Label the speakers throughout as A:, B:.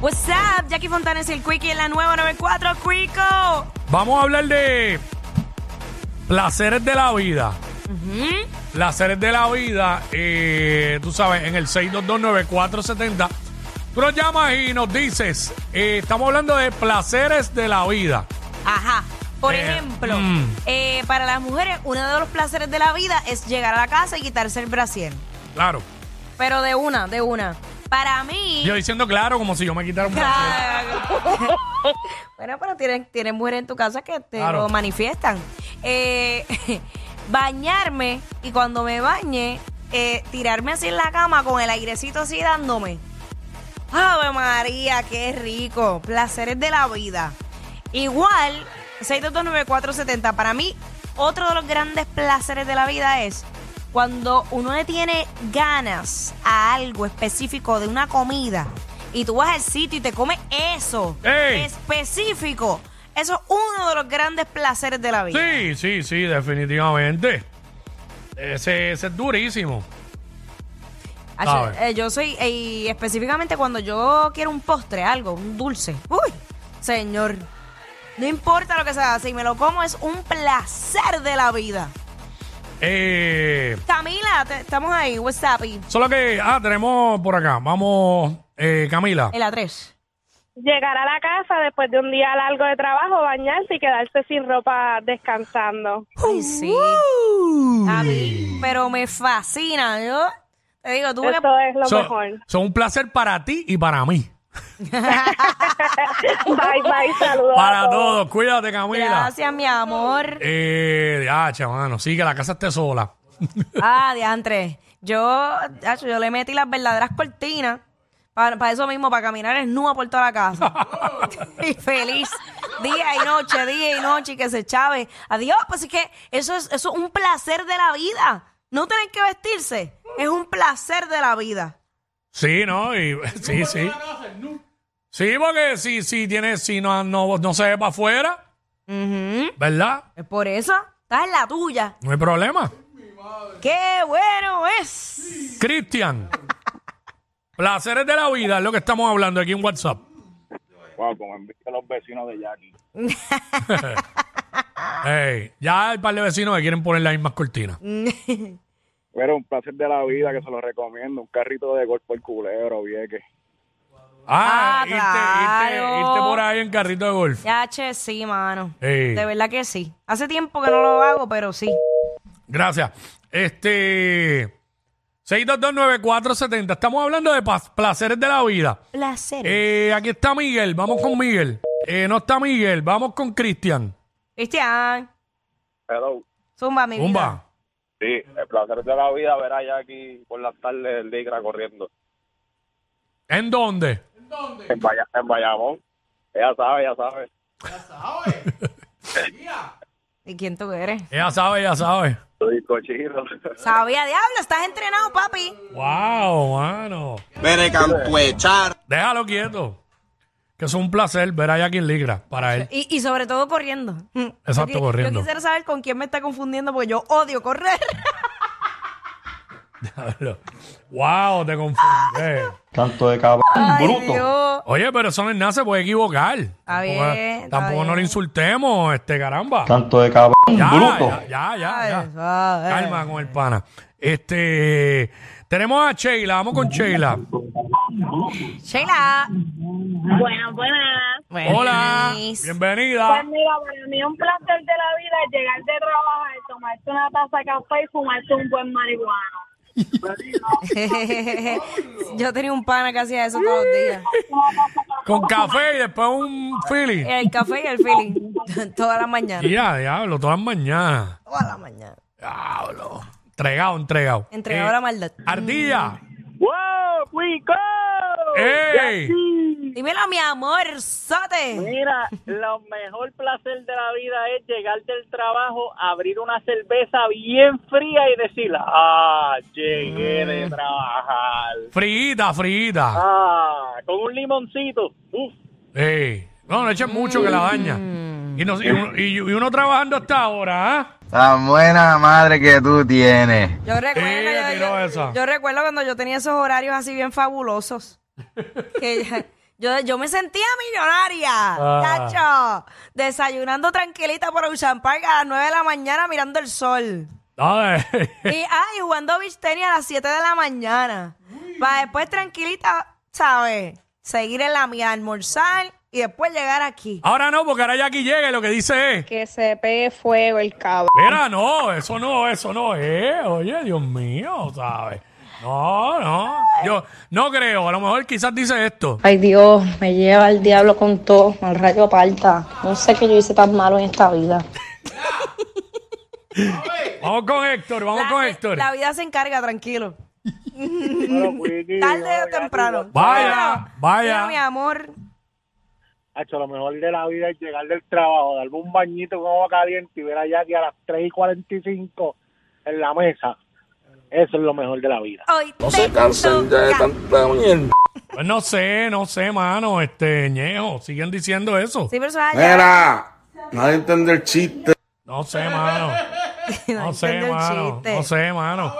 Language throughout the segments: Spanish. A: What's up, Jackie Fontanes y el Quickie en la nueva 94, Quico.
B: Vamos a hablar de placeres de la vida.
A: ¿Mm?
B: Placeres de la vida, eh, tú sabes, en el 6229470. Tú nos llamas y nos dices, eh, estamos hablando de placeres de la vida.
A: Ajá. Por
B: Eh,
A: ejemplo,
B: mm.
A: eh, para las mujeres, uno de los placeres de la vida es llegar a la casa y quitarse el brasier.
B: Claro.
A: Pero de una, de una. Para mí.
B: Yo diciendo claro como si yo me quitara un placer.
A: bueno, pero tienen, tienen mujeres en tu casa que te
B: Claro.
A: lo manifiestan. Eh, bañarme y cuando me bañe, eh, tirarme así en la cama con el airecito así dándome. Ave María, qué rico. Placeres de la vida. Igual, 6229470. Para mí, otro de los grandes placeres de la vida es cuando uno le tiene ganas a algo específico de una comida y tú vas al sitio y te comes eso
B: ¡Ey!
A: específico. Eso es uno de los grandes placeres de la vida.
B: Sí, sí, sí, definitivamente. Ese, ese es durísimo.
A: Hacho,
B: A ver.
A: eh, yo soy, eh, y específicamente cuando yo quiero un postre, algo, un dulce. Uy, señor. No importa lo que sea, si me lo como es un placer de la vida.
B: Eh,
A: Camila, te- estamos ahí, WhatsApp y
B: solo que, ah, tenemos por acá. Vamos, eh, Camila.
A: en la 3.
C: Llegar a la casa después de un día largo de trabajo, bañarse y quedarse sin ropa descansando.
A: Ay, sí. A mí, pero me fascina, yo te digo, tuve que
C: Eso es lo
B: Son
C: mejor.
B: son un placer para ti y para mí.
C: Bye, bye, saludos. a
B: Para
C: todos.
B: todos, cuídate Camila.
A: Gracias, mi amor.
B: Eh, ah, mano, sí, que la casa esté sola.
A: Ah, diantre. Yo, hacho, yo le metí las verdaderas cortinas para, eso mismo, para caminar desnuda por toda la casa. y feliz. Día y noche, día y noche, y que se chave. Adiós, pues es que eso es, eso es un placer de la vida. No tener que vestirse. Es un placer de la vida.
B: Sí, ¿no? Y, sí, sí. Sí, porque si, si tienes, si no, no, no se ve para afuera,
A: Ujú.
B: ¿verdad?
A: Es por eso. Estás en la tuya.
B: No hay problema.
A: ¡Qué bueno es!
B: Cristian. Placeres de la vida es lo que estamos hablando aquí en WhatsApp.
D: Wow, como envidia los vecinos de Jackie.
B: Ey, ya hay un par de vecinos que quieren poner las mismas cortinas.
D: Era un placer de la vida que se lo recomiendo. Un carrito de golf por culebro, vieque.
B: Ah,
A: Ah,
B: irte, irte-
A: claro.
B: irte por ahí en carrito de golf.
A: Ya, che, sí, mano.
B: Sí.
A: De verdad que sí. Hace tiempo que no lo hago, pero sí.
B: Gracias. Este. 6229470. Estamos hablando de pas- placeres de la vida.
A: Placer.
B: Eh, aquí está Miguel. Vamos con Miguel. Eh, no está Miguel. Vamos con Cristian.
A: Cristian,
D: Hello.
A: zumba, mi vida.
B: Zumba.
D: Sí, el placer de la vida ver a Jackie por las tardes en Ligra corriendo.
B: ¿En dónde?
D: En, Vaya- en Bayamón. Ella sabe, ella sabe.
A: ¿Y quién tú eres?
B: Ya sabe, ya sabe.
D: Soy cochino.
A: Sabía, diablo, estás entrenado, papi.
B: Wow, mano.
E: Vere campuechar.
B: Déjalo quieto. Que es un placer ver a Jackie en Ligra para él.
A: Y, y sobre todo corriendo. Mm.
B: Exacto,
A: Yo qui-
B: corriendo.
A: Yo quisiera saber con quién me está confundiendo porque yo odio correr.
B: wow, te confundí.
F: Canto de cabrón
A: Ay,
F: bruto.
A: Dios.
B: Oye, pero eso no es nada, se puede equivocar.
A: Está bien,
B: Tampoco-
A: está
B: Tampoco no
A: bien.
B: le insultemos, este caramba.
F: Canto de cabrón
B: Ya,
F: bruto.
B: Ya, ya, ya. ya.
A: Ay, suave.
B: Calma con el pana. Este. Tenemos a Sheila, vamos con Sheila.
A: Sheila.
C: Buenas, buenas.
B: Hola.
A: Buenas.
C: Pues
B: Bienvenida.
C: mira, para mí un placer de la vida es llegar de trabajar, tomarse una taza de café y fumarse un buen marihuano.
A: yo tenía un pana que hacía eso todos los días.
B: Con café y después un Philly.
A: El café y el feeling. Todas las mañanas.
B: Ya, diablo, todas las mañanas.
A: Todas las mañanas.
B: Diablo. Entregado, entregado.
A: Entregado
B: Eh,
A: a la maldad.
B: Ardilla.
C: ¡Wow, Cuico!
B: ¡Ey!
A: Dímelo, mi amor, sote.
C: Mira, lo mejor placer de la vida es llegar del trabajo, abrir una cerveza bien fría y decir, ah, llegué de trabajar.
B: Frita, frita.
C: Ah, con un limoncito. Uf.
B: Ey. No, no eches mucho que la
A: Mm.
B: daña. Y, nos- y uno, y- y uno trabajando hasta ahora, ¿ah?
E: Tan buena madre que tú tienes.
A: Yo recuerdo,
B: Ella
A: yo-
B: tiró
A: yo,
B: esa.
A: yo recuerdo cuando yo tenía esos horarios así bien fabulosos. que ya- yo, Yo, yo me sentía millonaria,
B: Ah.
A: tacho. Desayunando tranquilita por Ocean Park a las 9 de la mañana mirando el sol.
B: A
A: Y,
B: ver.
A: ah, y jugando beach tenis a las 7 de la mañana. Para después tranquilita, ¿sabes? Seguir en la mía, almorzar y después llegar aquí.
B: ahora no, porque ahora Jackie llega y lo que dice es.
F: Que se pegue fuego el cabrón.
B: Mira, no, eso no, eso no es. Oye, Dios mío, ¿sabes? No, no. Yo no creo. A lo mejor quizás dice esto.
F: Ay Dios, me lleva el diablo con todo, al rayo parta. No sé qué yo hice tan malo en esta vida.
B: Vamos con Héctor, vamos con Héctor.
A: la vida se encarga, tranquilo.
D: Pero, Quickie,
A: Tarde
D: no,
A: o
D: ya
A: temprano.
B: Vaya,
A: Mira,
B: vaya.
A: mira, mi amor.
D: Hacho, lo mejor de la vida es llegar del trabajo, darme un bañito con agua caliente y ver a Jackie a las 3 y 45 en la mesa. Eso es lo mejor de la vida.
A: Hoy no se cansen de
B: Pues no sé, no sé, mano, este ñejo, siguen diciendo eso.
A: Sí, pero se va a llegar.
G: Mira, nadie entiende el chiste.
B: No sé, mano. No sé,
A: entiendo el
B: mano.
A: chiste.
B: No sé, mano.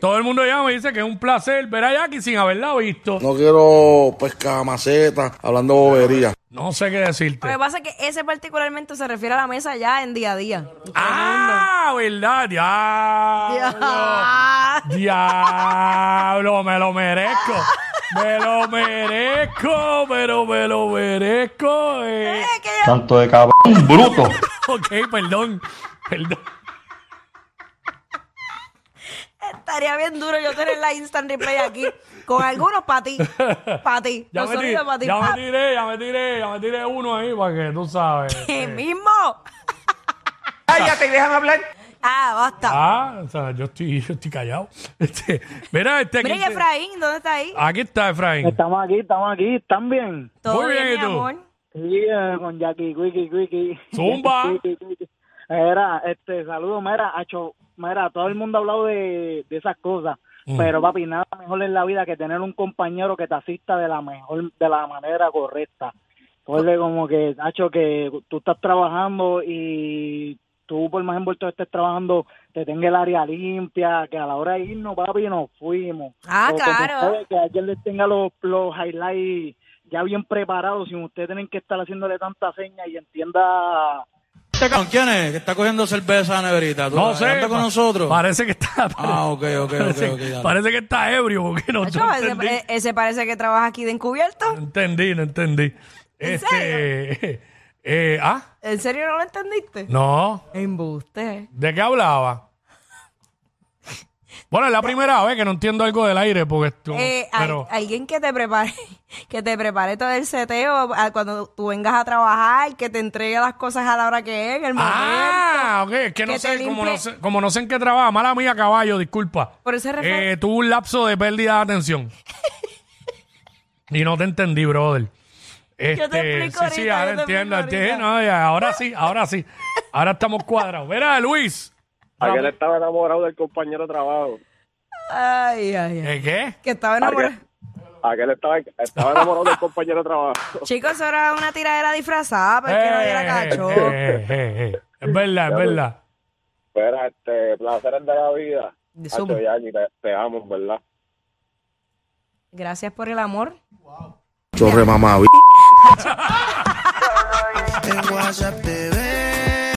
B: Todo el mundo ya me dice que es un placer ver a Jackie sin haberla visto.
G: No quiero pescar maceta hablando bobería.
B: No sé qué
A: Lo que
B: decirte.
A: pasa es que ese particularmente se refiere a la mesa ya en día a día.
B: Ah, verdad, ya. Diablo, me lo merezco. Me lo merezco, pero me lo merezco. eh.
A: Es que yo-
H: Tanto de cabrón bruto.
B: Ok, perdón. Perdón.
A: Estaría bien duro yo tener la instant replay aquí. Con algunos para ti. Para ti.
B: Ya,
A: Los
B: me tiré,
A: sonidos para ti.
B: ya me
A: pa'
B: tiré, ya me tiré, ya me tiré uno ahí para que tú sabes.
A: ti
B: eh.
A: mismo. Ah, basta.
B: Ah, o sea, yo estoy, yo estoy callado. Este, mira, este aquí.
A: Mira, y Efraín, ¿dónde está ahí?
B: Aquí está Efraín.
C: Estamos aquí, estamos aquí, ¿están bien?
A: Todo
B: muy
A: bien,
B: bien, ¿y
A: mi
B: tú?
A: amor.
C: Sí, eh, con Jackie, Quickie, Quickie.
B: Zumba.
C: Quickie, Quickie. Era, este, saludo, mira, Acho, mira, todo el mundo ha hablado de, de esas cosas, pero papi, nada mejor en la vida que tener un compañero que te asista de la mejor, de la manera correcta. Porque como que, Acho, que tú estás trabajando y tú por más envuelto que estés trabajando, te tenga el área limpia, que a la hora de irnos, papi, nos fuimos.
A: Ah,
C: O como
A: claro.
C: ustedes, que alguien les tenga los, los highlights ya bien preparados, sin ustedes tienen que estar haciéndole tanta seña y entienda.
I: ¿Con Este quién es? Que está cogiendo cerveza en la neverita. ¿Tú
B: No sé.
I: ¿Anda con
B: pa-
I: nosotros?
B: Parece que está.
I: Ah, ok, ok, ok,
B: parece,
I: ok, dale.
B: parece que está ebrio porque no,
A: Nacho,
B: no entendí.
A: ese, eh, ese parece que trabaja aquí de encubierto.
B: No entendí, no entendí.
A: ¿En
B: este, eh, ah,
A: ¿En serio no lo entendiste?
B: no.
A: Embuste.
B: ¿De qué hablaba? Bueno, es la primera vez que no entiendo algo del aire porque esto-
A: Pues, Eh, al-
B: pero
A: alguien que te prepare, que te prepare todo el seteo a- cuando tú vengas a trabajar, que te entregue las cosas a la hora que es, en el momento.
B: Ah, ok, es que no
A: que te
B: sé, como
A: limpie-
B: no sé, como no sé en qué trabaja, mala mía caballo, disculpa.
A: Por ese refer-
B: Eh, tuve un lapso de pérdida de atención. y no te entendí, brother.
A: Yo te
B: Este,
A: explico
B: sí, sí,
A: ahorita,
B: ahora
A: yo te
B: entiendo.
A: explico
B: entiendo. No, ya, ahora sí, ahora sí. Ahora estamos cuadrados. Mira, Luis.
D: Aquel estaba enamorado del compañero de trabajo.
A: Ay, ay, ay.
B: ¿Eh, ¿Qué?
A: Que estaba enamorado.
D: Aquel estaba, estaba enamorado del compañero de trabajo.
A: Chicos, eso era una tiradera disfrazada, pero es que no diera
B: Eh,
A: cacho.
B: eh, eh, eh. Es verdad, es verdad.
D: Espera, este, placeres de la vida.
A: De
D: Hacho,
A: Zumba.
D: Jackie, te, te amo, en ¿verdad?
A: Gracias por el amor.
G: Chorre mamá,
I: WhatsApp te